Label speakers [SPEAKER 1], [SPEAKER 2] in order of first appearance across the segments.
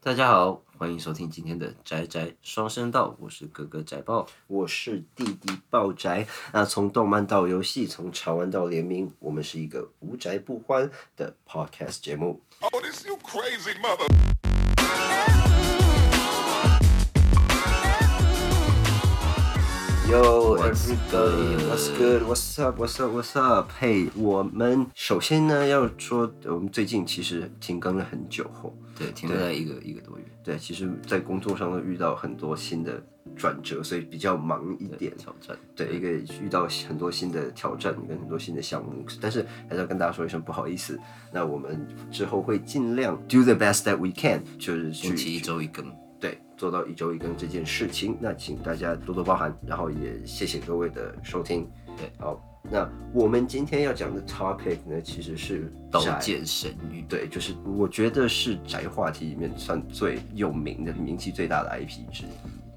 [SPEAKER 1] 大家好，欢迎收听今天的宅宅双声道，我是哥哥宅爆，
[SPEAKER 2] 我是弟弟爆宅。那从动漫到游戏，从潮玩到联名，我们是一个无宅不欢的 podcast 节目。
[SPEAKER 3] Oh, this you crazy mother.
[SPEAKER 2] Yo
[SPEAKER 1] What's
[SPEAKER 2] everybody, what's good? What's up? What's up? What's up? Hey，我们首先呢要说，我们最近其实停更了很久吼。
[SPEAKER 1] 对，停留在一个一个多月，
[SPEAKER 2] 对，其实，在工作上都遇到很多新的转折，所以比较忙一点。
[SPEAKER 1] 挑战，
[SPEAKER 2] 对，一个遇到很多新的挑战跟很多新的项目，但是还是要跟大家说一声不好意思。那我们之后会尽量 do the best that we can，就是去
[SPEAKER 1] 星期一周一更，
[SPEAKER 2] 对做到一周一更这件事情。那请大家多多包涵，然后也谢谢各位的收听。
[SPEAKER 1] 对，
[SPEAKER 2] 好，那我们今天要讲的 topic 呢，其实是
[SPEAKER 1] 刀
[SPEAKER 2] 宅
[SPEAKER 1] 剑神域，
[SPEAKER 2] 对，就是我觉得是宅话题里面算最有名的、名气最大的 IP 之一。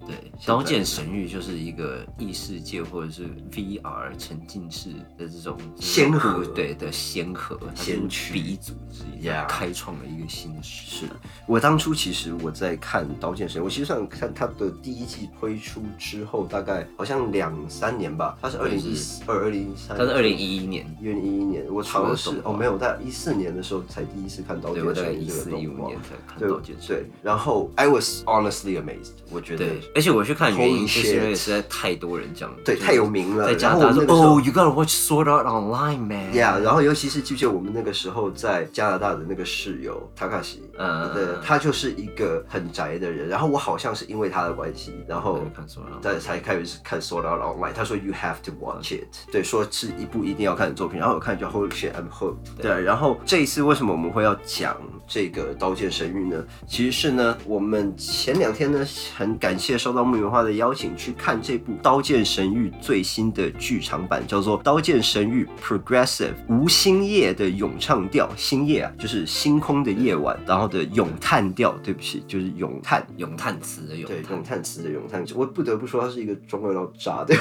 [SPEAKER 1] 对，《
[SPEAKER 2] 在
[SPEAKER 1] 刀剑神域》就是一个异世界或者是 VR 沉浸式的这种
[SPEAKER 2] 先河
[SPEAKER 1] 对的先河，它是
[SPEAKER 2] 先驱
[SPEAKER 1] 鼻祖之一，
[SPEAKER 2] Yeah
[SPEAKER 1] 开创了一个新的时代。
[SPEAKER 2] 我当初其实我在看《刀剑神域》，我其实算看它的第一季推出之后，大概好像两三年吧，它是二
[SPEAKER 1] 对
[SPEAKER 2] 零一二、二零一三，
[SPEAKER 1] 它是二零一一年，
[SPEAKER 2] 二零一一年，我好像是
[SPEAKER 1] 出了动画
[SPEAKER 2] 哦没有，在一四年的时候才第一次看《刀
[SPEAKER 1] 对
[SPEAKER 2] 剑
[SPEAKER 1] 我大概
[SPEAKER 2] 神域
[SPEAKER 1] 一》
[SPEAKER 2] 这
[SPEAKER 1] 四
[SPEAKER 2] 个
[SPEAKER 1] 一
[SPEAKER 2] 动
[SPEAKER 1] 五
[SPEAKER 2] 画
[SPEAKER 1] 年。才看《
[SPEAKER 2] 对
[SPEAKER 1] 刀剑神域
[SPEAKER 2] 对》。，然后 I was honestly amazed，我觉得
[SPEAKER 1] 对，而且我去看原因
[SPEAKER 2] Holy
[SPEAKER 1] 就是因为
[SPEAKER 2] shit
[SPEAKER 1] 实在太多人讲了，
[SPEAKER 2] 对
[SPEAKER 1] 就是
[SPEAKER 2] 太有名了
[SPEAKER 1] 在加拿
[SPEAKER 2] 然
[SPEAKER 1] 大
[SPEAKER 2] 后我
[SPEAKER 1] 说
[SPEAKER 2] 那个时候
[SPEAKER 1] ，Oh, you gotta watch Sword Art Online, man.
[SPEAKER 2] Yeah，然后尤其是记不记得我们那个时候在加拿大的那个室友塔卡西，
[SPEAKER 1] 嗯
[SPEAKER 2] 对，他就是一个很宅的人，然后我好像是因为他的关系，然后
[SPEAKER 1] 对看 Sword Art Online
[SPEAKER 2] 在才开始看《Sword Art Online》，他说 You have to watch it，对，说是一部一定要看的作品，然后我看就 Holy shit I'm hooked，对，然后这一次为什么我们会要讲这个《刀剑神域》呢？其实是呢，我们前两天呢很感谢收到木棉花的邀请去看这部《刀剑神域》最新的剧场版，叫做《刀剑神域 Progressive》，吴星夜的咏唱调，星夜啊就是星空的夜晚，然后的咏叹调，对不起，就是咏叹。
[SPEAKER 1] 咏叹词的咏
[SPEAKER 2] 对
[SPEAKER 1] 叹
[SPEAKER 2] 咏。叹词的咏叹词，我不得不说，它是一个中二到 炸的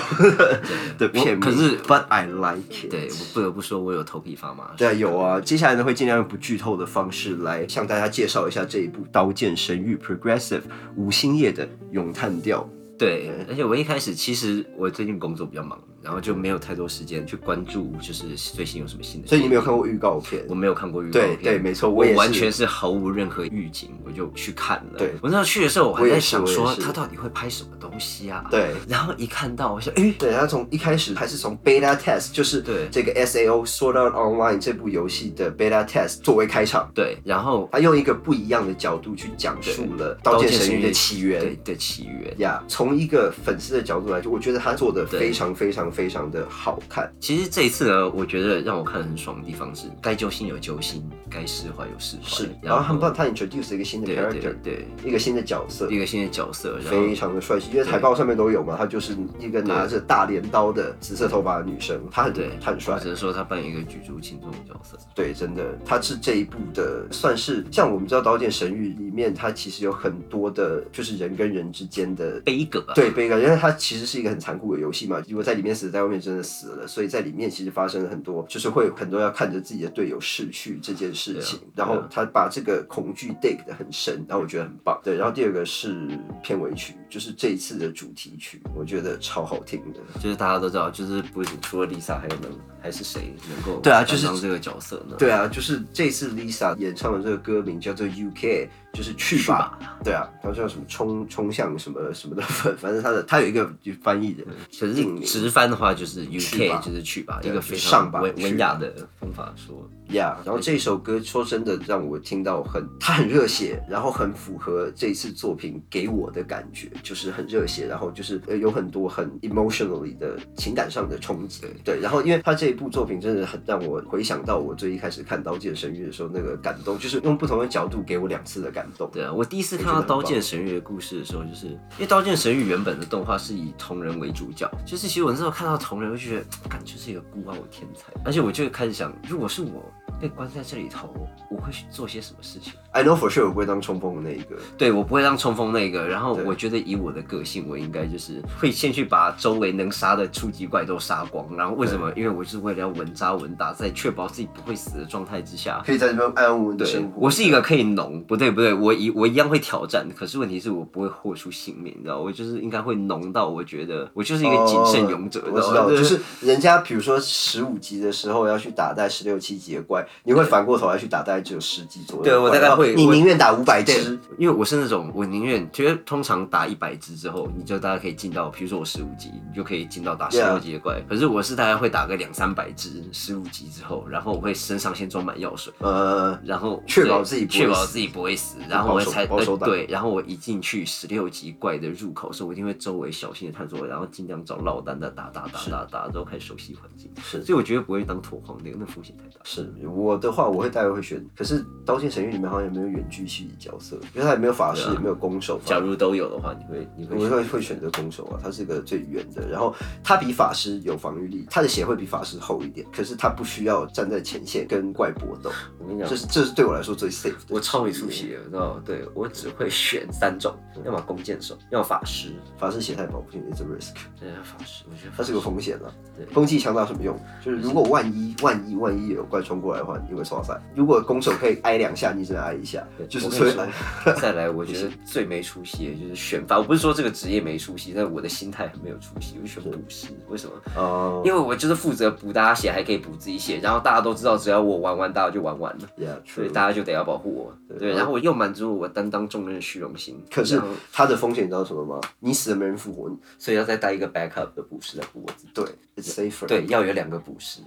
[SPEAKER 2] 的
[SPEAKER 1] 我
[SPEAKER 2] 片名。
[SPEAKER 1] 可是
[SPEAKER 2] ，But I like it。
[SPEAKER 1] 对，我不得不说，我有头皮发麻。
[SPEAKER 2] 对啊，有啊。接下来呢，会尽量用不剧透的方式来向大家介绍一下这一部《刀剑神域 Progressive》五星夜的咏叹调。
[SPEAKER 1] 对，而且我一开始其实我最近工作比较忙，然后就没有太多时间去关注，就是最新有什么新的。
[SPEAKER 2] 所以你没有看过预告片
[SPEAKER 1] 我？没有看过预告
[SPEAKER 2] 对
[SPEAKER 1] 片
[SPEAKER 2] 对，没错，
[SPEAKER 1] 我
[SPEAKER 2] 也是。
[SPEAKER 1] 完全是毫无任何预警，我就去看了。
[SPEAKER 2] 对
[SPEAKER 1] 我那时候去的时候，我还
[SPEAKER 2] 我
[SPEAKER 1] 在
[SPEAKER 2] 也是
[SPEAKER 1] 想
[SPEAKER 2] 我
[SPEAKER 1] 说
[SPEAKER 2] 也是
[SPEAKER 1] 他到底会拍什么东西啊？。
[SPEAKER 2] 对。
[SPEAKER 1] 然后一看到，我说，诶，
[SPEAKER 2] 对，他从一开始还是从 beta test，就是
[SPEAKER 1] 对
[SPEAKER 2] 这个 S A O Sword Art Online 这部游戏的 beta test 作为开场，
[SPEAKER 1] 对，然后
[SPEAKER 2] 他用一个不一样的角度去讲述了《刀剑神域》的起源。
[SPEAKER 1] 对的起源。
[SPEAKER 2] 呀从一个粉丝的角度来说，我觉得他做的
[SPEAKER 1] 对
[SPEAKER 2] 非常非常非常的好看。
[SPEAKER 1] 其实这一次呢，我觉得让我看得很爽的地方是，该揪心有揪心，该释怀有释怀。
[SPEAKER 2] 是，然后他们帮他 introduce 了一个新的
[SPEAKER 1] 对
[SPEAKER 2] character，
[SPEAKER 1] 对对，
[SPEAKER 2] 一个新的角色
[SPEAKER 1] 一，个新的角色，然后
[SPEAKER 2] 非常的帅气。因为
[SPEAKER 1] 对
[SPEAKER 2] 海报上面都有嘛，他就是一个拿着大镰刀的紫色头发的女生，她很
[SPEAKER 1] 对，
[SPEAKER 2] 她很帅
[SPEAKER 1] 只。能说他扮演一个举足轻重的角色。
[SPEAKER 2] 对，真的，他是这一部的，算是像我们知道《刀剑神域》里面，它其实有很多的，就是人跟人之间的
[SPEAKER 1] 悲歌吧，
[SPEAKER 2] 对，悲歌，因为它其实是一个很残酷的游戏嘛。如果在里面死，在外面真的死了，所以在里面其实发生了很多，就是会有很多要看着自己的队友逝去这件事情。
[SPEAKER 1] 对啊
[SPEAKER 2] 然
[SPEAKER 1] 对
[SPEAKER 2] 后
[SPEAKER 1] 啊
[SPEAKER 2] 他把这个恐惧 dig 的很深，然后我觉得很棒。对，然后第二个是片尾曲，就是这一次的主题曲，我觉得超好听的。
[SPEAKER 1] 就是大家都知道，就是不除了 Lisa 还有能还是谁能够
[SPEAKER 2] 对啊就是
[SPEAKER 1] 担当这个角色呢？
[SPEAKER 2] 对啊，就是这次 Lisa 演唱的这个歌名叫做 UK，就是去吧。对啊，它叫什么冲冲向什么什么的， 反反正它的它有一个翻译的
[SPEAKER 1] 可
[SPEAKER 2] 定
[SPEAKER 1] 是
[SPEAKER 2] 名
[SPEAKER 1] 直翻的话就是
[SPEAKER 2] 去
[SPEAKER 1] UK
[SPEAKER 2] 吧
[SPEAKER 1] 就是去吧，
[SPEAKER 2] 对
[SPEAKER 1] 一个非
[SPEAKER 2] 就上
[SPEAKER 1] 常
[SPEAKER 2] 吧
[SPEAKER 1] 文
[SPEAKER 2] 去吧
[SPEAKER 1] 文雅的方法说。
[SPEAKER 2] 呀然后这首歌说真的让我听到很，它很热血，然后很符合这次作品给我的感觉，就是很热血，然后就是呃有很多很 emotionally 的情感上的冲击。对，然后因为他这一部作品真的很让我回想到我最一开始看《刀剑神域》的时候那个感动，就是用不同的角度给我两次的感动。
[SPEAKER 1] 对啊，我第一次看到
[SPEAKER 2] 我觉
[SPEAKER 1] 《
[SPEAKER 2] 得很
[SPEAKER 1] 刀
[SPEAKER 2] 棒
[SPEAKER 1] 剑神域》的故事的时候，就是因为《刀剑神域》原本的动画是以同人为主角，就是其实我那时候看到同人，我就觉得，感就是一个孤傲的天才，而且我就开始想，如果是我，被关在这里头，我会去做些什么事情？
[SPEAKER 2] I know for sure 我不会当冲锋的那一个。
[SPEAKER 1] 对我不会当冲锋那个，然后
[SPEAKER 2] 对
[SPEAKER 1] 我觉得以我的个性，我应该就是会先去把周围能杀的初级怪都杀光。然后为什么？因为我就是为了要稳扎稳打，在确保自己不会死的状态之下。
[SPEAKER 2] 可以在这边安安稳稳地
[SPEAKER 1] 对
[SPEAKER 2] 生，活。
[SPEAKER 1] 我是一个可以农，不对不对，我一我一样会挑战，可是问题是我不会豁出性命，你知道，我就是应该会农到我觉得我就是一个谨慎勇者，
[SPEAKER 2] 哦
[SPEAKER 1] 你
[SPEAKER 2] 我知道，
[SPEAKER 1] 吗
[SPEAKER 2] 就是人家比如说十五级的时候要去打在十六七级的怪，你会反过头来去打大概只有十级左右的怪。
[SPEAKER 1] 对我大概会
[SPEAKER 2] 然后你
[SPEAKER 1] 我
[SPEAKER 2] 宁愿打五百
[SPEAKER 1] 对
[SPEAKER 2] 只，，
[SPEAKER 1] 因为我是那种，我宁愿觉得通常打一百只之后，你就大家可以进到，比如说我十五级，你就可以进到打十
[SPEAKER 2] Yeah
[SPEAKER 1] 六级的怪。可是我是大概会打个两三百只，十五级之后，然后我会身上先装满药水，
[SPEAKER 2] 呃，
[SPEAKER 1] 然后
[SPEAKER 2] 确
[SPEAKER 1] 对
[SPEAKER 2] 保自己不会
[SPEAKER 1] 确保
[SPEAKER 2] 死
[SPEAKER 1] 自己不会死，然后我
[SPEAKER 2] 保守
[SPEAKER 1] 才
[SPEAKER 2] 保守
[SPEAKER 1] 呃
[SPEAKER 2] 党
[SPEAKER 1] 对，然后我一进去十六级怪的入口的时候，我一定会周围小心的探索，然后尽量找落单的打打打打打，然后开始熟悉环境。
[SPEAKER 2] 是
[SPEAKER 1] 所以我绝对不会当拓荒那个，那风险太大。
[SPEAKER 2] 是我的话，我会大概会选。可是《刀剑神域》里面好像也没有远距系角色，因为它也没有法师，
[SPEAKER 1] 对啊
[SPEAKER 2] 也没有攻手。
[SPEAKER 1] 假如都有的话，你会你会
[SPEAKER 2] 我
[SPEAKER 1] 选
[SPEAKER 2] 会会选择攻手啊，它是一个最远的，然后它比法师有防御力，它的血会比法师厚一点，可是它不需要站在前线跟怪搏斗，
[SPEAKER 1] 我跟你讲
[SPEAKER 2] 这，是这是对我来说最 safe 的。
[SPEAKER 1] 我超没出息的，你知道吗？对我只会选三种，要么弓箭手，要么法师。
[SPEAKER 2] 法师血太薄不行，it's a risk，
[SPEAKER 1] 对，法师，我觉得
[SPEAKER 2] 它
[SPEAKER 1] 法
[SPEAKER 2] 是
[SPEAKER 1] 师
[SPEAKER 2] 个风险啊
[SPEAKER 1] 对。
[SPEAKER 2] 攻击强大有什么用？就是如果万一万一万一有怪冲过来的话，你会刷塞。如果攻手可以挨两下，你只能挨一下
[SPEAKER 1] 对，
[SPEAKER 2] 就是
[SPEAKER 1] 我
[SPEAKER 2] 所
[SPEAKER 1] 跟你
[SPEAKER 2] 以
[SPEAKER 1] 说，再来，我觉得最没出息的就是选法。我不是说这个职业没出息，但我的心态很没有出息。我选补师，为什么？
[SPEAKER 2] 呃
[SPEAKER 1] 因为我就是负责补大家血，还可以补自己血。然后大家都知道，只要我玩完，大家就玩完了，
[SPEAKER 2] ，yeah
[SPEAKER 1] 所
[SPEAKER 2] true
[SPEAKER 1] 以。大家就得要保护我。
[SPEAKER 2] 对
[SPEAKER 1] 对，然后我又满足我担当重任的虚荣心。
[SPEAKER 2] 可是
[SPEAKER 1] 然后
[SPEAKER 2] 它的风险你知道什么吗？你死了没人复活你。
[SPEAKER 1] 所以要再带一个 backup 的补师来补我自己。
[SPEAKER 2] 对，it's safer。
[SPEAKER 1] 对，要有两个捕食。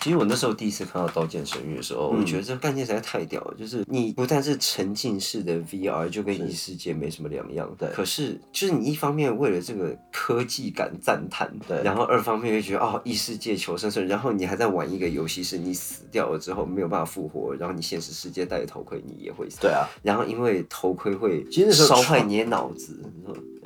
[SPEAKER 1] 其实我那时候第一次看到《刀剑神域》的时候，我觉
[SPEAKER 2] 嗯
[SPEAKER 1] 得这个概念实在太屌了。就是你不但是沉浸式的 VR，就跟异世界没什么两样。
[SPEAKER 2] 对
[SPEAKER 1] 可是就是你一方面为了这个科技感赞叹，
[SPEAKER 2] 对
[SPEAKER 1] 然后二方面又觉得哦异世界求生存，然后你还在玩一个游戏是你死掉了之后没有办法复活，然后你现实世界戴着头盔你也会死。
[SPEAKER 2] 对啊，
[SPEAKER 1] 然后因为头盔会
[SPEAKER 2] 其实那时候
[SPEAKER 1] 烧坏
[SPEAKER 2] 创
[SPEAKER 1] 你的脑子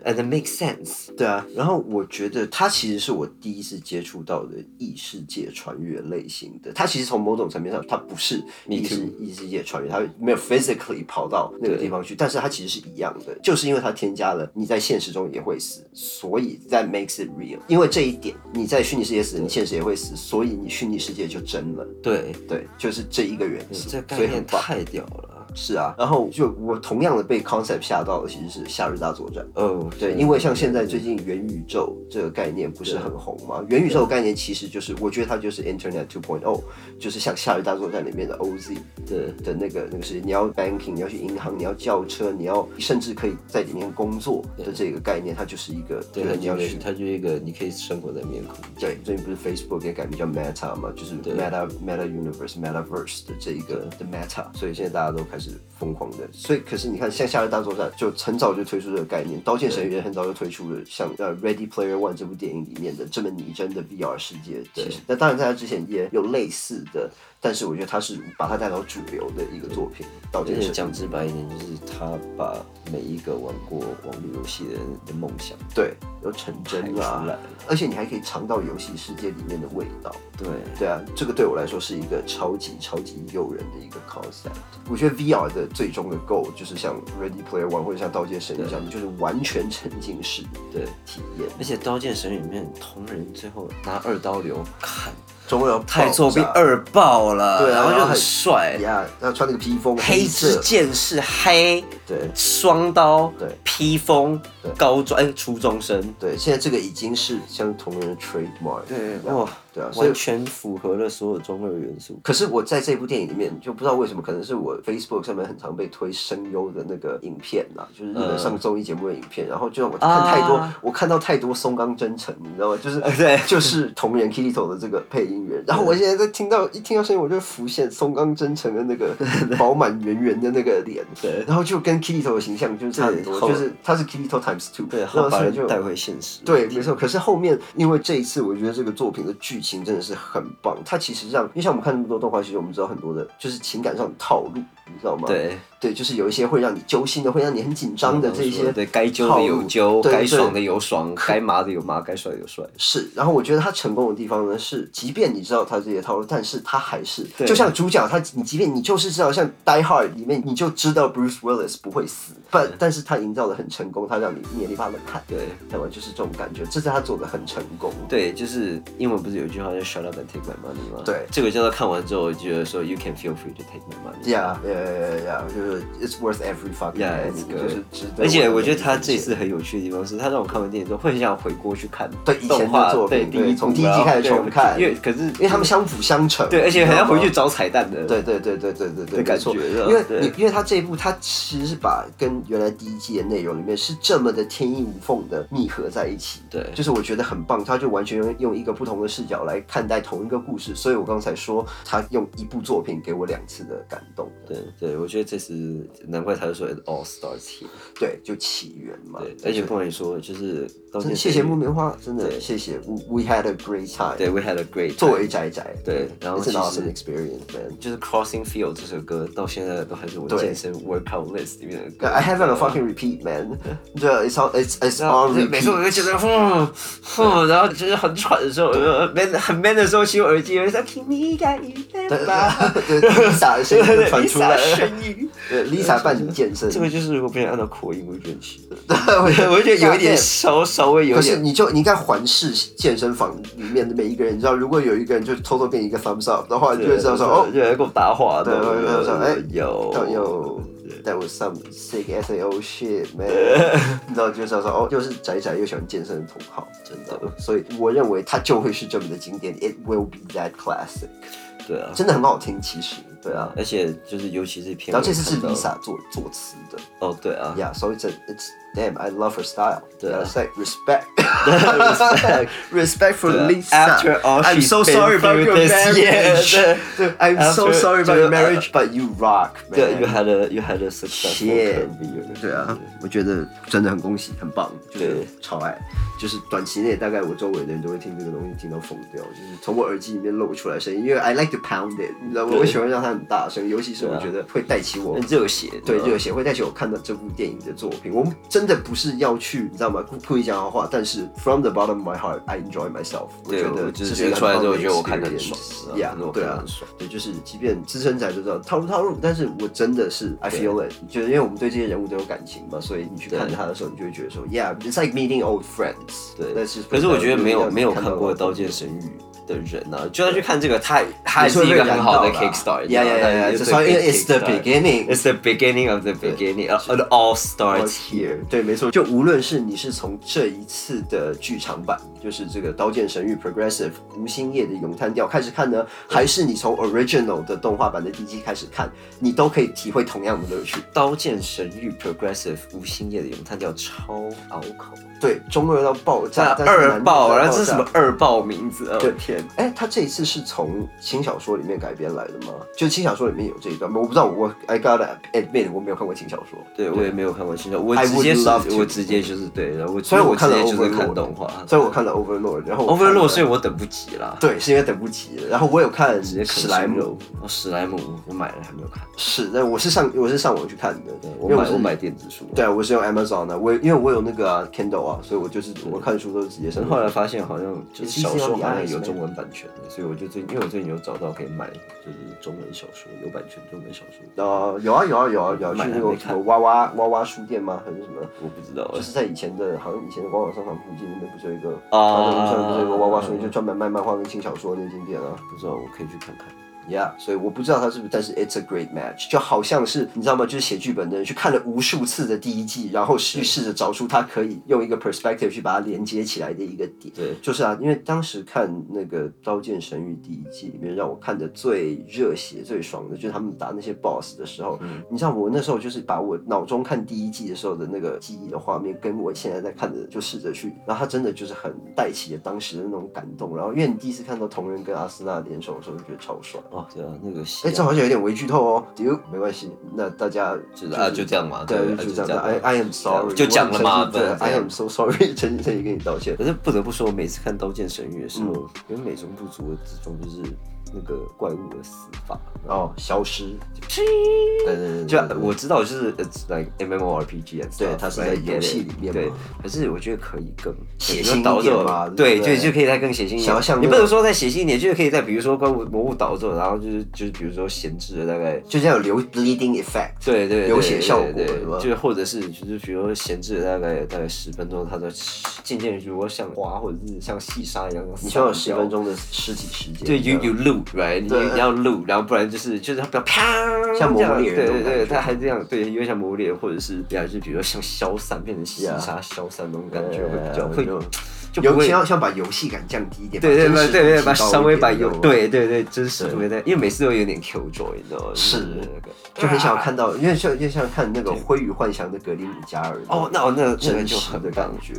[SPEAKER 1] ，and it makes sense。
[SPEAKER 2] 对啊，然后我觉得它其实是我第一次接触到的异世界穿越类型的。它其实从某种层面上，它不是
[SPEAKER 1] Me
[SPEAKER 2] 异世
[SPEAKER 1] too
[SPEAKER 2] 异世界穿越，它没有 physically 跑到那个
[SPEAKER 1] 对
[SPEAKER 2] 地方去，但是它其实是一样的，就是因为它添加了你在现实中也会死，所以 that makes it real。因为这一点，你在虚拟世界死，你现实也会死，所以你虚拟世界就真了。
[SPEAKER 1] 对，
[SPEAKER 2] 对，就是这一个元素，
[SPEAKER 1] 这概
[SPEAKER 2] 所以
[SPEAKER 1] 念
[SPEAKER 2] 很棒。
[SPEAKER 1] 太屌了。
[SPEAKER 2] 是啊，然后就我同样的被 concept 吓到的，其实是《夏日大作战》。
[SPEAKER 1] 哦，
[SPEAKER 2] 嗯对，因为像现在最近元宇宙这个概念不是很红嘛？元宇宙概念其实就是，我觉得它就是 Internet 2.0，就是像《夏日大作战》里面的 OZ
[SPEAKER 1] 对
[SPEAKER 2] 的那个那个是你要 banking，你要去银行，你要叫车，你要甚至可以在里面工作的这个概念，它就是一个
[SPEAKER 1] 对，
[SPEAKER 2] 就
[SPEAKER 1] 它
[SPEAKER 2] 是你要
[SPEAKER 1] 就是
[SPEAKER 2] 去。
[SPEAKER 1] 它就是一个你可以生活在里面的空间。
[SPEAKER 2] 对，最近不是 Facebook 也改名叫 Meta 嘛，就是 Meta Meta Universe Metaverse 的这一个的 Meta，所以现在大家都开始疯狂的。所以，可是你看，像《夏日大作战》就很早就推出这个概念，《刀剑神域》也很早就推出了，像呃《Ready Player One》这部电影里面的这么拟真的 VR 世界。其实，那当然在它之前也有类似的，但是我觉得它是把它带到主流的一个作品，《刀
[SPEAKER 1] 而
[SPEAKER 2] 剑
[SPEAKER 1] 且
[SPEAKER 2] 神域》。
[SPEAKER 1] 讲直白一点，就是他把每一个玩过网络游戏的人的梦想
[SPEAKER 2] 对，都成真
[SPEAKER 1] 排出
[SPEAKER 2] 了
[SPEAKER 1] 来，
[SPEAKER 2] 而且你还可以尝到游戏世界里面的味道。
[SPEAKER 1] 对，
[SPEAKER 2] 对啊，这个对我来说是一个超级超级诱人的一个 concept。我觉得 VR 的最终的 goal 就是像 Ready Player One 或者像《刀剑神域》这样，就是完全沉浸式
[SPEAKER 1] 对。
[SPEAKER 2] 体验。
[SPEAKER 1] 而且《刀剑神》里面同人最后拿二刀流砍
[SPEAKER 2] 中二
[SPEAKER 1] 太作弊二爆了，
[SPEAKER 2] 哦对啊
[SPEAKER 1] 然后
[SPEAKER 2] 然
[SPEAKER 1] 就
[SPEAKER 2] 后
[SPEAKER 1] 很
[SPEAKER 2] 很
[SPEAKER 1] 帅，
[SPEAKER 2] 呀，那穿那个披风，
[SPEAKER 1] 黑之
[SPEAKER 2] 色，
[SPEAKER 1] 剑士黑，
[SPEAKER 2] 对
[SPEAKER 1] 双刀，
[SPEAKER 2] 对
[SPEAKER 1] 披风
[SPEAKER 2] 对，
[SPEAKER 1] 高中哎初中生，
[SPEAKER 2] 对，现在这个已经是像同人的 trademark。
[SPEAKER 1] 对哇
[SPEAKER 2] 哇，，对啊，所以
[SPEAKER 1] 完全符合了所有中二元素。
[SPEAKER 2] 可是我在这部电影里面就不知道为什么，可能是我 Facebook 上面很常被推声优的那个影片呐、就是日本上综艺节目的影片，然后就让我看太多，
[SPEAKER 1] 啊
[SPEAKER 2] 我看到太多松冈真诚，你知道吗？就是
[SPEAKER 1] 对
[SPEAKER 2] 就是同人 Kitty 的这个配音员，然后我现在在听到一听到声音，我就浮现松冈真诚的那个饱满圆圆的那个脸，
[SPEAKER 1] 对
[SPEAKER 2] 然后就跟 Kitty 的形象就是差很多，
[SPEAKER 1] 对
[SPEAKER 2] 就是他是 Kitty times two，
[SPEAKER 1] 对，
[SPEAKER 2] 然后
[SPEAKER 1] 他把
[SPEAKER 2] 所以
[SPEAKER 1] 人
[SPEAKER 2] 就
[SPEAKER 1] 带回现实。
[SPEAKER 2] 对，没错。可是后面因为这一次，我觉得这个作品的剧情真的是很棒，它其实让，因为像我们看那么多动画，其实我们知道很多的，就是情感上的套路，你知道吗？
[SPEAKER 1] 对，
[SPEAKER 2] 对，就是有一些会让你揪心的，会让你很紧张的这
[SPEAKER 1] 我
[SPEAKER 2] 些，
[SPEAKER 1] 说对该揪的有揪，
[SPEAKER 2] 对
[SPEAKER 1] 该爽
[SPEAKER 2] 对
[SPEAKER 1] 的有爽，该麻的有麻，该帅的有帅。
[SPEAKER 2] 是，然后我觉得他成功的地方呢是，即便你知道他这些套路，但是他还是
[SPEAKER 1] 对
[SPEAKER 2] 就像主角他，你即便你就是知道像《Die Hard》里面你就知道 Bruce Willis 不会死，但但是他营造的很成功，他让你捏了一把冷汗，
[SPEAKER 1] 对
[SPEAKER 2] 对吧？就是这种感觉，这是他做的很成功。
[SPEAKER 1] 对，就是英文不是有一句话叫 “shut up and take my money” 吗？
[SPEAKER 2] 对
[SPEAKER 1] 这个叫做看完之后，我觉得说 “you can feel free to take my money”。
[SPEAKER 2] Yeah, yeah, yeah, yeah, yeah，就是 It's worth every fucking
[SPEAKER 1] Yeah,
[SPEAKER 2] penny，
[SPEAKER 1] it's
[SPEAKER 2] 就是
[SPEAKER 1] good.
[SPEAKER 2] 值得。
[SPEAKER 1] 而且我觉得他这次很有趣的地方是，他让我看完电影之后会很想回过去看
[SPEAKER 2] 对以前的
[SPEAKER 1] 动画
[SPEAKER 2] 作
[SPEAKER 1] 对
[SPEAKER 2] 品对
[SPEAKER 1] 第一
[SPEAKER 2] 从
[SPEAKER 1] 部
[SPEAKER 2] 第一集
[SPEAKER 1] 然后
[SPEAKER 2] 开始
[SPEAKER 1] 对
[SPEAKER 2] 重看
[SPEAKER 1] 因为可是因
[SPEAKER 2] 因为他们相辅相成，
[SPEAKER 1] 对，而且很
[SPEAKER 2] 你知
[SPEAKER 1] 想
[SPEAKER 2] 道吗
[SPEAKER 1] 回去找彩蛋的，
[SPEAKER 2] 对对对对对对对，
[SPEAKER 1] 的感
[SPEAKER 2] 没错
[SPEAKER 1] 觉
[SPEAKER 2] 因
[SPEAKER 1] 了
[SPEAKER 2] 为
[SPEAKER 1] 对
[SPEAKER 2] 你因为它这一部，它其实是把跟原来第一季的内容里面是这么的天衣无缝的密合在一起。
[SPEAKER 1] 对
[SPEAKER 2] 就是我觉得很棒，它就完全用用一个不同的视角来看待同一个故事。所以我刚才说，他用一部作品给我两次的感动。
[SPEAKER 1] 对对，我觉得这次难怪他就说 “it all starts here”。
[SPEAKER 2] 对，就起源嘛。
[SPEAKER 1] 对，而且不管你说，就是当
[SPEAKER 2] 真
[SPEAKER 1] 天
[SPEAKER 2] 的谢谢木棉花，真的
[SPEAKER 1] 对
[SPEAKER 2] 谢谢。We we had a great time。
[SPEAKER 1] 对，，We had a great time。
[SPEAKER 2] 作为宅宅，
[SPEAKER 1] 对然后
[SPEAKER 2] It's an
[SPEAKER 1] 其实
[SPEAKER 2] awesome experience, man.
[SPEAKER 1] 就是 Crossing Field 这首歌到现在都还是我
[SPEAKER 2] 对
[SPEAKER 1] 健身 workout list 里面的歌。
[SPEAKER 2] I have it on fucking repeat, man. 对，it's on, it's it's
[SPEAKER 1] 然后
[SPEAKER 2] on
[SPEAKER 1] 就
[SPEAKER 2] repeat.
[SPEAKER 1] 每次 我就觉得，哼哼，然后就是很喘的时候，呃，man 很 man 的时候，吸我耳机，我就说 “Kimi ga i m
[SPEAKER 2] 对
[SPEAKER 1] e ba”，
[SPEAKER 2] 对，Lisa 的声音就传出来
[SPEAKER 1] 对对
[SPEAKER 2] 了。
[SPEAKER 1] 声音。
[SPEAKER 2] 对，Lisa 伴你健身，
[SPEAKER 1] 这个就是如果不想按照口音，我就觉得很奇怪
[SPEAKER 2] 我
[SPEAKER 1] 我就觉得有 一点。稍稍微有
[SPEAKER 2] 可
[SPEAKER 1] 一
[SPEAKER 2] 是
[SPEAKER 1] 点。
[SPEAKER 2] 你就你应该环视健身房里面的每一个人，你知道，如果有一个人就偷偷给你一个 thumbs up 的话，你就会知道说哦
[SPEAKER 1] 有人跟我搭话
[SPEAKER 2] 对
[SPEAKER 1] 的，
[SPEAKER 2] 我就说哎
[SPEAKER 1] 有
[SPEAKER 2] 有
[SPEAKER 1] 对
[SPEAKER 2] that was some sick SAO shit man，你 知道就知道说哦，又是宅宅又喜欢健身的同好，真的。所以我认为它就会是这么的经典，it will be that classic，
[SPEAKER 1] 对啊，
[SPEAKER 2] 真的很好听，其实对啊。
[SPEAKER 1] 而且就是尤其是片尾看到，
[SPEAKER 2] 然后这次是 Lisa 作作词的，
[SPEAKER 1] 哦，对啊
[SPEAKER 2] Yeah, so it's a, it's damn. I love her style.
[SPEAKER 1] Yeah.
[SPEAKER 2] It's like respect,
[SPEAKER 1] Respect.
[SPEAKER 2] respect for
[SPEAKER 1] Yeah.
[SPEAKER 2] Lisa.
[SPEAKER 1] 啊 After all
[SPEAKER 2] I'm
[SPEAKER 1] she's
[SPEAKER 2] so
[SPEAKER 1] been
[SPEAKER 2] sorry about
[SPEAKER 1] through
[SPEAKER 2] your
[SPEAKER 1] this
[SPEAKER 2] marriage.
[SPEAKER 1] year.
[SPEAKER 2] I'm so
[SPEAKER 1] After-
[SPEAKER 2] sorry about your
[SPEAKER 1] 就是，呃，
[SPEAKER 2] marriage, but you rock, man.
[SPEAKER 1] 对，you had a you had a successful
[SPEAKER 2] Shit.
[SPEAKER 1] career，
[SPEAKER 2] 对啊，我觉得真的很恭喜，很棒，就是
[SPEAKER 1] 对
[SPEAKER 2] 超爱，就是短期内大概我周围的人都会听这个东西听到疯掉，就是从我耳机里面露出来声音，因为 I like to pound it，你知道吗？
[SPEAKER 1] 对
[SPEAKER 2] 我喜欢让它很大声，尤其是我觉得会带起我
[SPEAKER 1] 很热血，
[SPEAKER 2] 对
[SPEAKER 1] 你知
[SPEAKER 2] 啊
[SPEAKER 1] 道
[SPEAKER 2] 热
[SPEAKER 1] 吗
[SPEAKER 2] 血会带起我看到这部电影的作品。我们真的不是要去，你知道吗？故故意讲好话，但是 from the bottom of my heart, I enjoy myself。我
[SPEAKER 1] 对啊
[SPEAKER 2] 觉得
[SPEAKER 1] 我
[SPEAKER 2] 这
[SPEAKER 1] 就是是觉
[SPEAKER 2] 一个
[SPEAKER 1] 得出来之后，我
[SPEAKER 2] 很
[SPEAKER 1] 觉
[SPEAKER 2] 棒
[SPEAKER 1] 得我看得很爽
[SPEAKER 2] experience，
[SPEAKER 1] 呀，
[SPEAKER 2] Yeah，
[SPEAKER 1] 我
[SPEAKER 2] 对
[SPEAKER 1] 看得
[SPEAKER 2] 啊
[SPEAKER 1] 很。爽。
[SPEAKER 2] 对，就是即便资深仔都知道套路套路，但是我真的是 I feel it，就是因为我们对这些人物都有感情嘛，所以你去看
[SPEAKER 1] 对
[SPEAKER 2] 他的时候，你就会觉得说，Yeah，it's like meeting old friends。
[SPEAKER 1] 对
[SPEAKER 2] 但是
[SPEAKER 1] 可是我觉得没有没有看过《
[SPEAKER 2] 到
[SPEAKER 1] 刀剑神域》的人啊，就算去看这个，它它还是一个很好的 Kickstarter。
[SPEAKER 2] Yeah yeah yeah，
[SPEAKER 1] 这
[SPEAKER 2] 这算 It's the beginning。
[SPEAKER 1] It's the beginning of the beginning. It all starts here.
[SPEAKER 2] 对，没错，就无论是你是从这一次的剧场版，就是这个《刀剑神域》Progressive 吴兴业的咏叹调开始看呢，还是你从 Original 的动画版的第一季开始看，你都可以体会同样的乐趣。
[SPEAKER 1] 《刀剑神域》Progressive 吴兴业的咏叹调超拗口，
[SPEAKER 2] 对，中二到爆
[SPEAKER 1] 在
[SPEAKER 2] 炸，但是
[SPEAKER 1] 啊二
[SPEAKER 2] 难度
[SPEAKER 1] 爆，
[SPEAKER 2] 到
[SPEAKER 1] 然后这是
[SPEAKER 2] 炸
[SPEAKER 1] 什么？二爆名字？哦
[SPEAKER 2] 对
[SPEAKER 1] 天，
[SPEAKER 2] 哎，他这一次是从轻小说里面改编来的吗？就是轻小说里面有这一段吗？我不知道，我 I gotta admit 我没有看过轻小说。
[SPEAKER 1] 对我也没有看过新的，我
[SPEAKER 2] I
[SPEAKER 1] 直接
[SPEAKER 2] would
[SPEAKER 1] 是
[SPEAKER 2] love to
[SPEAKER 1] 我直接就是对，然后我
[SPEAKER 2] 虽然我
[SPEAKER 1] 我直
[SPEAKER 2] 看了
[SPEAKER 1] 接就是
[SPEAKER 2] Overlord
[SPEAKER 1] 看动画，哦
[SPEAKER 2] 所以我看了 Overlord，然后我看了
[SPEAKER 1] Overlord，所以我等不及了。
[SPEAKER 2] 对，是因为等不及了。然后我有看
[SPEAKER 1] 直接啃
[SPEAKER 2] 史莱
[SPEAKER 1] 生
[SPEAKER 2] 姆，
[SPEAKER 1] 肉，哦，史莱姆我买了还没有看，
[SPEAKER 2] 是，但我是上我是上网去看的，
[SPEAKER 1] 我
[SPEAKER 2] 因为
[SPEAKER 1] 买
[SPEAKER 2] 是
[SPEAKER 1] 我买。电子书，
[SPEAKER 2] 对，啊我是用 Amazon 的，我因为我有那个啊 Kindle 啊，所以我就是我看书都是直接上
[SPEAKER 1] 然
[SPEAKER 2] 网。
[SPEAKER 1] 后后来发现好像就是
[SPEAKER 2] It's easy
[SPEAKER 1] 小说
[SPEAKER 2] on
[SPEAKER 1] 好像
[SPEAKER 2] the eyes,
[SPEAKER 1] 有
[SPEAKER 2] man.
[SPEAKER 1] 中文版权的，所以我就最因为我最近有找到可以买就是中文小说有版权中文小说，
[SPEAKER 2] 呃，有啊有啊有啊有啊，去
[SPEAKER 1] 买了
[SPEAKER 2] 那个
[SPEAKER 1] 没
[SPEAKER 2] 什么
[SPEAKER 1] 看
[SPEAKER 2] 娃娃娃娃书店吗？还是什么？
[SPEAKER 1] 我不知道
[SPEAKER 2] 就
[SPEAKER 1] 哎
[SPEAKER 2] 是在以前的，好像以前的广场商场附近那边不是有一个
[SPEAKER 1] 啊
[SPEAKER 2] 广场商场不是有一个娃娃书店，就专门卖漫画跟轻小说那间店啊。
[SPEAKER 1] 不知道我可以去看看。
[SPEAKER 2] Yeah，所以我不知道他是不是，但是 it's a great match，就好像是你知道吗？就是写剧本的人去看了无数次的第一季，然后去试着找出他可以用一个 perspective 去把它连接起来的一个点。
[SPEAKER 1] 对
[SPEAKER 2] 就是啊，因为当时看那个《刀剑神域》第一季里面，让我看的最热血、最爽的，就是他们打那些 boss 的时候，
[SPEAKER 1] 嗯
[SPEAKER 2] 你知道我那时候就是把我脑中看第一季的时候的那个记忆的画面，跟我现在在看的就试着去，然后他真的就是很带起了当时的那种感动。然后因为你第一次看到同人跟阿斯纳联手的时候，就觉得超爽。
[SPEAKER 1] 哦，对啊，那个戏
[SPEAKER 2] 哎，
[SPEAKER 1] 啊
[SPEAKER 2] 这好像有点微剧透哦。丢，没关系，那大家
[SPEAKER 1] 就
[SPEAKER 2] 就
[SPEAKER 1] 是啊，就这样嘛，
[SPEAKER 2] 对，
[SPEAKER 1] 啊
[SPEAKER 2] 就
[SPEAKER 1] 就
[SPEAKER 2] 这
[SPEAKER 1] 这样
[SPEAKER 2] 样。哎
[SPEAKER 1] 嘛。
[SPEAKER 2] ，I am sorry，
[SPEAKER 1] 就讲了嘛
[SPEAKER 2] 我很诚
[SPEAKER 1] 不然
[SPEAKER 2] 心对
[SPEAKER 1] 怎
[SPEAKER 2] ，I
[SPEAKER 1] 样
[SPEAKER 2] am so sorry，诚 心诚意跟你道歉。
[SPEAKER 1] 可是不得不说，我每次看《刀剑神域》的时候，
[SPEAKER 2] 嗯
[SPEAKER 1] 有美中不足的地方就是那个怪物的死法。
[SPEAKER 2] 然后消失，对对对，
[SPEAKER 1] 就啊
[SPEAKER 2] 对
[SPEAKER 1] 我知道，就是 it's like MMORPG 啊，
[SPEAKER 2] 对它是在游戏里面嘛
[SPEAKER 1] 对，可是我觉得可以更
[SPEAKER 2] 血腥一点
[SPEAKER 1] 导走
[SPEAKER 2] 嘛对
[SPEAKER 1] 对，
[SPEAKER 2] 不对
[SPEAKER 1] 就就可以再更血腥一
[SPEAKER 2] 想要像
[SPEAKER 1] 点。
[SPEAKER 2] 那
[SPEAKER 1] 你不
[SPEAKER 2] 种
[SPEAKER 1] 能说再血腥一点，就是可以在比如说怪物魔物导走，然后就是就是比如说闲置了大概，
[SPEAKER 2] 就像有流 bleeding effect，
[SPEAKER 1] 对对对，
[SPEAKER 2] 流血
[SPEAKER 1] 对
[SPEAKER 2] 效果
[SPEAKER 1] 对
[SPEAKER 2] 是吧
[SPEAKER 1] 就或者是就是比如说闲置了大概大概十分钟，它的渐渐如果像花或者是像细沙一样，
[SPEAKER 2] 你需
[SPEAKER 1] 像
[SPEAKER 2] 要有十分。钟的尸体时间。
[SPEAKER 1] 对
[SPEAKER 2] 这样
[SPEAKER 1] 有有路，right？你
[SPEAKER 2] 对
[SPEAKER 1] 你要路，然后不然就是就是它比较啪，
[SPEAKER 2] 像魔物猎
[SPEAKER 1] 这样
[SPEAKER 2] 人那
[SPEAKER 1] 对对
[SPEAKER 2] 种感
[SPEAKER 1] 对，
[SPEAKER 2] 觉
[SPEAKER 1] 它还这样，对，有点像魔物猎人，或者是对啊，就比如说像消散变成细
[SPEAKER 2] Yeah
[SPEAKER 1] 沙消散那种感
[SPEAKER 2] 对
[SPEAKER 1] 觉，会比较会就
[SPEAKER 2] 就
[SPEAKER 1] 不
[SPEAKER 2] 尤
[SPEAKER 1] 会
[SPEAKER 2] 其要想把游戏感降低一点，
[SPEAKER 1] 对对
[SPEAKER 2] 把
[SPEAKER 1] 对
[SPEAKER 2] 真实
[SPEAKER 1] 对对，
[SPEAKER 2] 度
[SPEAKER 1] 把
[SPEAKER 2] 提高
[SPEAKER 1] 稍微
[SPEAKER 2] 一点
[SPEAKER 1] 把有
[SPEAKER 2] 你知道吗
[SPEAKER 1] 对对对真实度在，因为每次都有点 Q joy，你知道吗？
[SPEAKER 2] 是
[SPEAKER 1] 就那个啊
[SPEAKER 2] 就很想看到，因为像就像看那个《灰与幻想》的格林米加尔
[SPEAKER 1] 哦，那我那个那个
[SPEAKER 2] 真
[SPEAKER 1] 就
[SPEAKER 2] 实
[SPEAKER 1] 很
[SPEAKER 2] 的
[SPEAKER 1] 棒
[SPEAKER 2] 感。觉，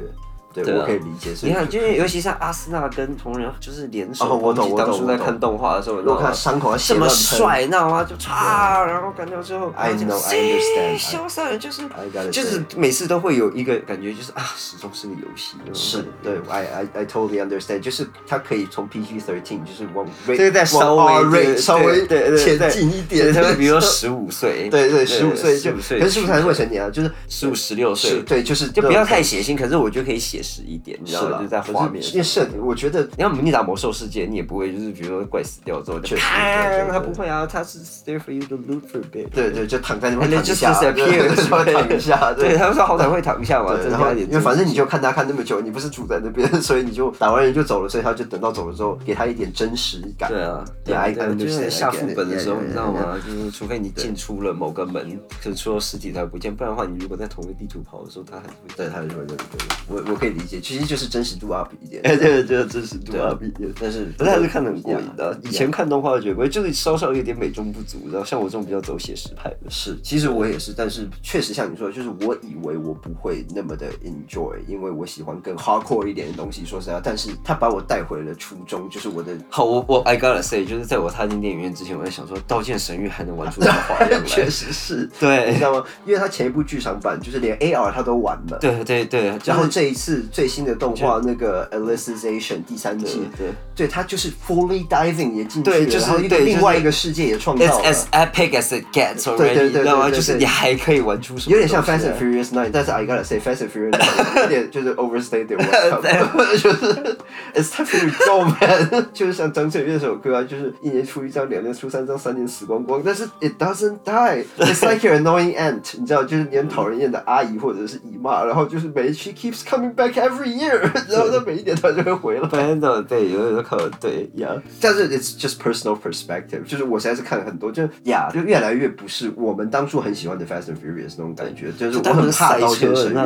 [SPEAKER 2] 对
[SPEAKER 1] 对啊
[SPEAKER 2] 我可以理解。所以
[SPEAKER 1] 你看，就是尤其像阿森纳跟同人，就是联手。
[SPEAKER 2] 哦我懂我懂
[SPEAKER 1] 当初在
[SPEAKER 2] 我懂
[SPEAKER 1] 看动画的时候，你知
[SPEAKER 2] 如
[SPEAKER 1] 道
[SPEAKER 2] 果
[SPEAKER 1] 吗
[SPEAKER 2] 看伤口，
[SPEAKER 1] 这么，帅，你知道吗？就啊，然后干掉之后
[SPEAKER 2] I
[SPEAKER 1] 然后就
[SPEAKER 2] know, I
[SPEAKER 1] 是
[SPEAKER 2] understand.
[SPEAKER 1] 哎消散就是。
[SPEAKER 2] I gotta
[SPEAKER 1] 就是每次都会有一个感觉，就是啊，始终是个游戏。那种
[SPEAKER 2] say 是
[SPEAKER 1] 感觉
[SPEAKER 2] 对，I I I totally understand，就是他可以从 PG thirteen 就是往
[SPEAKER 1] 这个再稍微
[SPEAKER 2] R
[SPEAKER 1] 对对
[SPEAKER 2] rate 稍微
[SPEAKER 1] 对对对
[SPEAKER 2] 前进一点，
[SPEAKER 1] 对他 们比如说十五岁，
[SPEAKER 2] 对对十五岁就，
[SPEAKER 1] 15
[SPEAKER 2] 可
[SPEAKER 1] 岁
[SPEAKER 2] 是是不是还未成年啊？就是
[SPEAKER 1] 十五十六
[SPEAKER 2] 是
[SPEAKER 1] 岁，
[SPEAKER 2] 对，就是
[SPEAKER 1] 就不要太血腥，可是我觉得可以写实一点，你知
[SPEAKER 2] 是
[SPEAKER 1] 道吗？
[SPEAKER 2] 了
[SPEAKER 1] 就在画面上。
[SPEAKER 2] 因为设定，我觉得
[SPEAKER 1] 你要你打魔兽世界，你也不会就是比如说怪死掉之后就
[SPEAKER 2] 确实
[SPEAKER 1] 啪
[SPEAKER 2] 对对对
[SPEAKER 1] 他不会啊，他是 stay for you to loot for a bit。
[SPEAKER 2] 对对，就躺在那边
[SPEAKER 1] And
[SPEAKER 2] 躺
[SPEAKER 1] then
[SPEAKER 2] 一
[SPEAKER 1] just
[SPEAKER 2] 下，
[SPEAKER 1] disappear，
[SPEAKER 2] 稍微躺一下，
[SPEAKER 1] 对，他们说好 歹会躺一下嘛，
[SPEAKER 2] 对，
[SPEAKER 1] 增
[SPEAKER 2] 然后
[SPEAKER 1] 加一点。
[SPEAKER 2] 因为反正你就看他看那么久，你不是住在那边，所以你就打完人就走了，所以他就等到走了之后，给他一点真实感。
[SPEAKER 1] 对啊，
[SPEAKER 2] 对
[SPEAKER 1] 对
[SPEAKER 2] ，I
[SPEAKER 1] 啊，
[SPEAKER 2] I
[SPEAKER 1] 就是
[SPEAKER 2] understand
[SPEAKER 1] 下副本的时候，
[SPEAKER 2] yeah, yeah,
[SPEAKER 1] 你知道吗？就是除非你进出了某个门，可是出了实体才不见，不然的话，你如果在同一个地图跑的时候，它还是会
[SPEAKER 2] 对，
[SPEAKER 1] 在。
[SPEAKER 2] 他就会对对对，我我可以理解，其实就是真实度 up 一点。
[SPEAKER 1] 哎，对， 就是真实度啊，
[SPEAKER 2] 对
[SPEAKER 1] 毕竟
[SPEAKER 2] 但是
[SPEAKER 1] 可是还是看得很过瘾的啊
[SPEAKER 2] 呀。
[SPEAKER 1] 以前看动画觉得就是稍稍有点美中不足，然后像我这种比较走写实派的，
[SPEAKER 2] 是，其实我也是，但是确实像你说的，就是我以为我不会那么的 enjoy，因为我喜欢更 hardcore 一点的东西。说实在话，但是他把我带回了初衷，就是我的
[SPEAKER 1] 好，我我 I gotta say，就是在我踏进电影院之前，我在想说，《刀剑神域》还能玩出什么花样
[SPEAKER 2] 确
[SPEAKER 1] 来？
[SPEAKER 2] 实是，你
[SPEAKER 1] 对
[SPEAKER 2] 知道吗？因为他前一部剧场版就是连 AR 他都玩了，
[SPEAKER 1] 对对对，
[SPEAKER 2] 然
[SPEAKER 1] 然
[SPEAKER 2] 后
[SPEAKER 1] 后
[SPEAKER 2] 这一次最新的动画那个 Alicization 第三季，
[SPEAKER 1] 对对
[SPEAKER 2] 对，他就是 fully diving 也进去了，
[SPEAKER 1] 对就是
[SPEAKER 2] 然后一个
[SPEAKER 1] 对
[SPEAKER 2] 另
[SPEAKER 1] 就是
[SPEAKER 2] 外一个世界也创造
[SPEAKER 1] It's
[SPEAKER 2] 了。
[SPEAKER 1] as epic as it gets
[SPEAKER 2] 对
[SPEAKER 1] already，
[SPEAKER 2] 对对
[SPEAKER 1] 你知道
[SPEAKER 2] 对
[SPEAKER 1] 吗？
[SPEAKER 2] 对
[SPEAKER 1] 就是
[SPEAKER 2] 对
[SPEAKER 1] 你还可以玩出什么？啊
[SPEAKER 2] 有点像《Fast and Furious Nine》，但是 I gotta say，《Fast and Furious Nine》有点就是 overstated，welcome 就是 It's time for you to go man，就是 像张震岳那首歌啊，就是一年出一张，两年出三张，三年死光光，但是 It doesn't die，It's like your annoying aunt，你知道，就是你很讨人厌的阿姨或者是姨妈，然后就是每 she keeps coming back every year，然后她每一年她就会回来。
[SPEAKER 1] 反正都对，有有可能对一样。
[SPEAKER 2] 但是 it's just personal perspective，就是我实在是看了很多，就是呀，就越来越不是我们当初很喜欢的 Fast and Furious 那种感觉，就是我很怕刀剑神域，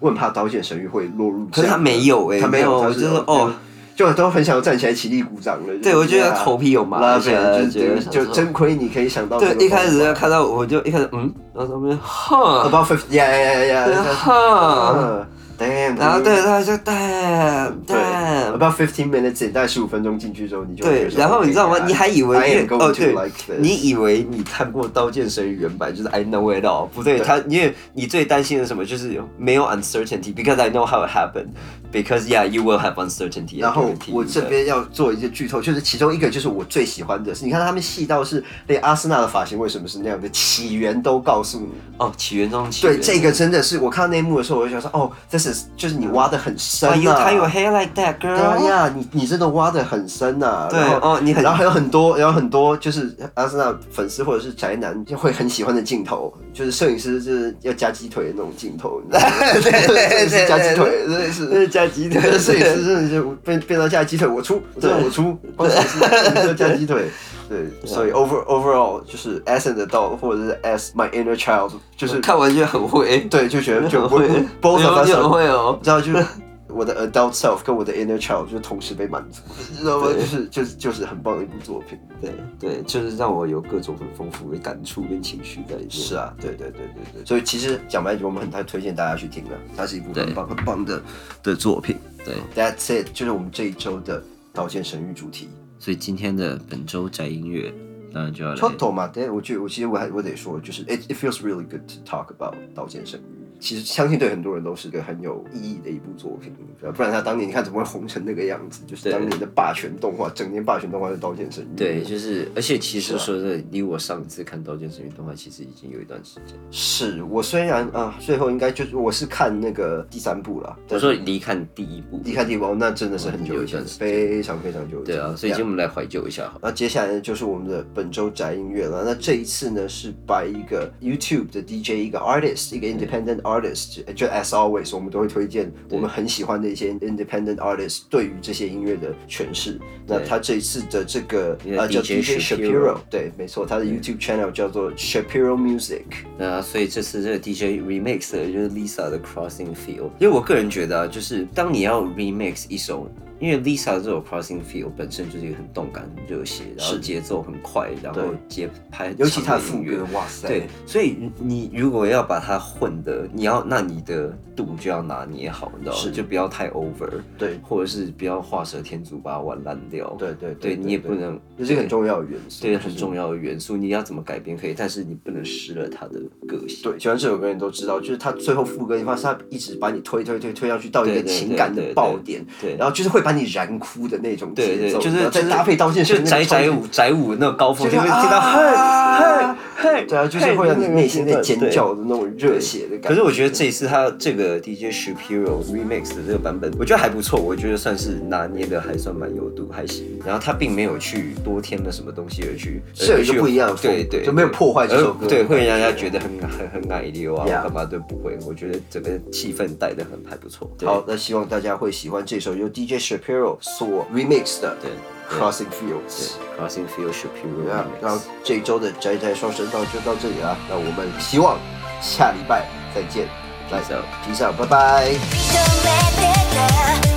[SPEAKER 2] 我很怕刀剑神域会落入
[SPEAKER 1] 可
[SPEAKER 2] 这样的，
[SPEAKER 1] 是他没有欸
[SPEAKER 2] 他没
[SPEAKER 1] 没
[SPEAKER 2] 有，
[SPEAKER 1] 有
[SPEAKER 2] 他
[SPEAKER 1] 我就是哦。
[SPEAKER 2] 就都很想站起来起立鼓掌了。就是
[SPEAKER 1] 对我觉得
[SPEAKER 2] yeah，
[SPEAKER 1] 头皮有麻
[SPEAKER 2] love
[SPEAKER 1] 一下觉
[SPEAKER 2] it，就
[SPEAKER 1] 得
[SPEAKER 2] 是
[SPEAKER 1] 想
[SPEAKER 2] 就
[SPEAKER 1] 说
[SPEAKER 2] 真亏你可以想到这
[SPEAKER 1] 对
[SPEAKER 2] 个，
[SPEAKER 1] 一开始
[SPEAKER 2] 方法
[SPEAKER 1] 看到我就一开始嗯，然后他们哼
[SPEAKER 2] about fifty，yeah yeah yeah，
[SPEAKER 1] 哼，
[SPEAKER 2] 嗯，damn，
[SPEAKER 1] 啊然后
[SPEAKER 2] dude
[SPEAKER 1] 对，他就 damn
[SPEAKER 2] 对
[SPEAKER 1] damn，
[SPEAKER 2] ，about fifteen minutes，in，大概十五分钟进去之后，你就会
[SPEAKER 1] 对
[SPEAKER 2] 觉，得
[SPEAKER 1] 然后
[SPEAKER 2] okay，
[SPEAKER 1] 你知道吗？
[SPEAKER 2] I-
[SPEAKER 1] 你还以为
[SPEAKER 2] I am
[SPEAKER 1] 因为
[SPEAKER 2] going
[SPEAKER 1] 哦，
[SPEAKER 2] to
[SPEAKER 1] 对
[SPEAKER 2] like this，
[SPEAKER 1] 你以为你看过《刀剑神域》原版，就是 I know it all，不对，他因为你最担心的是什么，就是没有 uncertainty，because I know how it happened，because yeah you will have uncertainty。
[SPEAKER 2] 然后我这边要做一些剧透，就是其中一个就是我最喜欢的是，你看他们细到是连阿森纳的发型为什么是那样的起源都告诉你。
[SPEAKER 1] 哦，起源中起源
[SPEAKER 2] 对，这个真的是我看到那一幕的时候，我就想说，哦，this is 就是你挖的很深
[SPEAKER 1] Why you
[SPEAKER 2] 啊。
[SPEAKER 1] tie your hair like that,
[SPEAKER 2] 对啊
[SPEAKER 1] girl？
[SPEAKER 2] 呀，你你真的挖的很深呐、
[SPEAKER 1] 对
[SPEAKER 2] 然后
[SPEAKER 1] 哦你很
[SPEAKER 2] 然后还有很多，然后很多就是阿森纳粉丝或者是宅男就会很喜欢的镜头，就是摄影师就是要夹鸡腿的那种镜 头，你知道吗摄 影师夹鸡腿，真的是
[SPEAKER 1] 那是加鸡腿，
[SPEAKER 2] 摄影师真的就变变到加鸡腿，我出，真的我出，帮摄影师加鸡腿。对，所以 over overall 就是 as an adult 或者是 as my inner child，就是
[SPEAKER 1] 看 完就很会，
[SPEAKER 2] 对就觉得就
[SPEAKER 1] 很会
[SPEAKER 2] both of
[SPEAKER 1] 你很
[SPEAKER 2] us are
[SPEAKER 1] 会哦
[SPEAKER 2] 你。知 道，就是我的 adult self 跟我的 inner child 就同时被满足，你知道吗？
[SPEAKER 1] 对
[SPEAKER 2] 就是就是就是很棒的一部作品。
[SPEAKER 1] 对对，就是让我有各种很丰富的感触跟情绪在里面。
[SPEAKER 2] 是啊，对对对对对，所以其实讲白一句，我们很太推荐大家去听了，它是一部很
[SPEAKER 1] 对
[SPEAKER 2] 棒很棒的的作品。
[SPEAKER 1] 对。
[SPEAKER 2] That's it，就是我们这一周的《刀剑神域》主题。
[SPEAKER 1] 所以今天的本周宅音乐
[SPEAKER 4] 当然就要来
[SPEAKER 2] ちょっと待って，我觉得我其实我还我得说，就是 it it feels really good to talk about 刀剑神域。其实相信对很多人都是个很有意义的一部作品，不然他当年你看怎么会红成那个样子？就是
[SPEAKER 1] 对
[SPEAKER 2] 当年的霸权动画，整年霸权动画是《刀剑神域》。
[SPEAKER 1] 对，嗯就是，啊而且其实说真的，离我上次看《刀剑神域》动画其实已经有一段时间。
[SPEAKER 2] 是我虽然啊，最后应该就是我是看那个第三部了，
[SPEAKER 1] 我说离看第一部，
[SPEAKER 2] 离开帝王那真的是很久
[SPEAKER 1] 有
[SPEAKER 2] 以前
[SPEAKER 1] 一段
[SPEAKER 2] 了，
[SPEAKER 1] 时
[SPEAKER 2] 非常非常久以
[SPEAKER 1] 对
[SPEAKER 2] 前了。
[SPEAKER 1] 啊，所以今
[SPEAKER 2] 这
[SPEAKER 1] 天
[SPEAKER 2] 样
[SPEAKER 1] 我们来怀旧一下好了。
[SPEAKER 2] 那接下来就是我们的本周宅音乐了。那这一次呢，是 by 一个 YouTube 的 DJ，一个 artist，一个
[SPEAKER 1] 嗯
[SPEAKER 2] independent artist。就 as always，我们都会推荐我们很喜欢的一些 independent artist 对于这些音乐的诠释。那他这一次的这个
[SPEAKER 1] 因为
[SPEAKER 2] 呃叫
[SPEAKER 1] DJ
[SPEAKER 2] DJ
[SPEAKER 1] Shapiro
[SPEAKER 2] Shapiro，对，没错，他的 YouTube channel 叫做 Shapiro Music。
[SPEAKER 1] 那所以这次这个 DJ remix 的就是 Lisa 的 Crossing Field，因为我个人觉得啊，就是当你要 remix 一首，因为 Lisa 这首 Crossing Field 本身就是一个很动感、很热血，然后
[SPEAKER 2] 是
[SPEAKER 1] 节奏很快，然后
[SPEAKER 2] 对
[SPEAKER 1] 节拍，
[SPEAKER 2] 尤其他的副歌，哇塞！
[SPEAKER 1] 对，所以你如果要把它混的，你要那你的度就要拿捏好，你知道吗？
[SPEAKER 2] 是
[SPEAKER 1] 就不要太 over，
[SPEAKER 2] 对
[SPEAKER 1] 或者是不要画蛇添足，把它玩烂掉。
[SPEAKER 2] 对对
[SPEAKER 1] 对你也不，能，
[SPEAKER 2] 这是一个很重要的元素，
[SPEAKER 1] 对
[SPEAKER 2] 就是
[SPEAKER 1] 很重要的元素，你要怎么改编可以，但是你不能失了它的个性。
[SPEAKER 2] 对，喜欢这首歌的人都知道，就是他最后副歌，你发现他一直把你推推推推上去到一
[SPEAKER 1] 对
[SPEAKER 2] 个
[SPEAKER 1] 对
[SPEAKER 2] 情
[SPEAKER 1] 对
[SPEAKER 2] 感
[SPEAKER 1] 对
[SPEAKER 2] 的爆
[SPEAKER 1] 对
[SPEAKER 2] 点，
[SPEAKER 1] 对
[SPEAKER 2] 然后就是会把你燃哭的那种
[SPEAKER 1] 对
[SPEAKER 2] 节
[SPEAKER 1] 对，
[SPEAKER 2] 奏，
[SPEAKER 1] 就
[SPEAKER 2] 然
[SPEAKER 1] 是
[SPEAKER 2] 后再
[SPEAKER 1] 就是
[SPEAKER 2] 搭配刀剑
[SPEAKER 1] 就
[SPEAKER 2] 神
[SPEAKER 1] 是
[SPEAKER 2] 那
[SPEAKER 1] 宅
[SPEAKER 2] 个
[SPEAKER 1] 宅
[SPEAKER 2] 冲
[SPEAKER 1] 舞宅舞那个高
[SPEAKER 2] 就
[SPEAKER 1] 峰，
[SPEAKER 2] 是
[SPEAKER 1] 就会听到
[SPEAKER 2] 啊
[SPEAKER 1] 嘿嘿嘿，
[SPEAKER 2] 对啊，就是会让你内心在尖叫的那种热血的感觉。
[SPEAKER 1] 可是我觉得这一次他这个 DJ Shapiro remix 的这个版本，我觉得还不错，我觉得算是拿捏的还算蛮有度，还行。然后他并没有去多添了什么东西而去，
[SPEAKER 2] 是有一个
[SPEAKER 1] 而去
[SPEAKER 2] 不一样的风
[SPEAKER 1] 对
[SPEAKER 2] 格
[SPEAKER 1] 对，
[SPEAKER 2] 就没有破坏这首歌
[SPEAKER 1] 而对，会让人家觉得很很很矮溜啊，
[SPEAKER 2] Yeah
[SPEAKER 1] 干嘛都不会。我觉得整个气氛带的很还不错。对
[SPEAKER 2] 好，，那希望大家会喜欢这首由 DJ Shapiro 所 remix 的
[SPEAKER 1] 对
[SPEAKER 2] Crossing Fields。
[SPEAKER 1] ，Crossing Field Shapiro
[SPEAKER 2] 对啊，那
[SPEAKER 1] remix。
[SPEAKER 2] 这一周的宅宅双声道就到这里了，啊那我们希望下礼拜再见，来
[SPEAKER 1] Peace out
[SPEAKER 2] ，peace out，拜拜。
[SPEAKER 5] 認めてた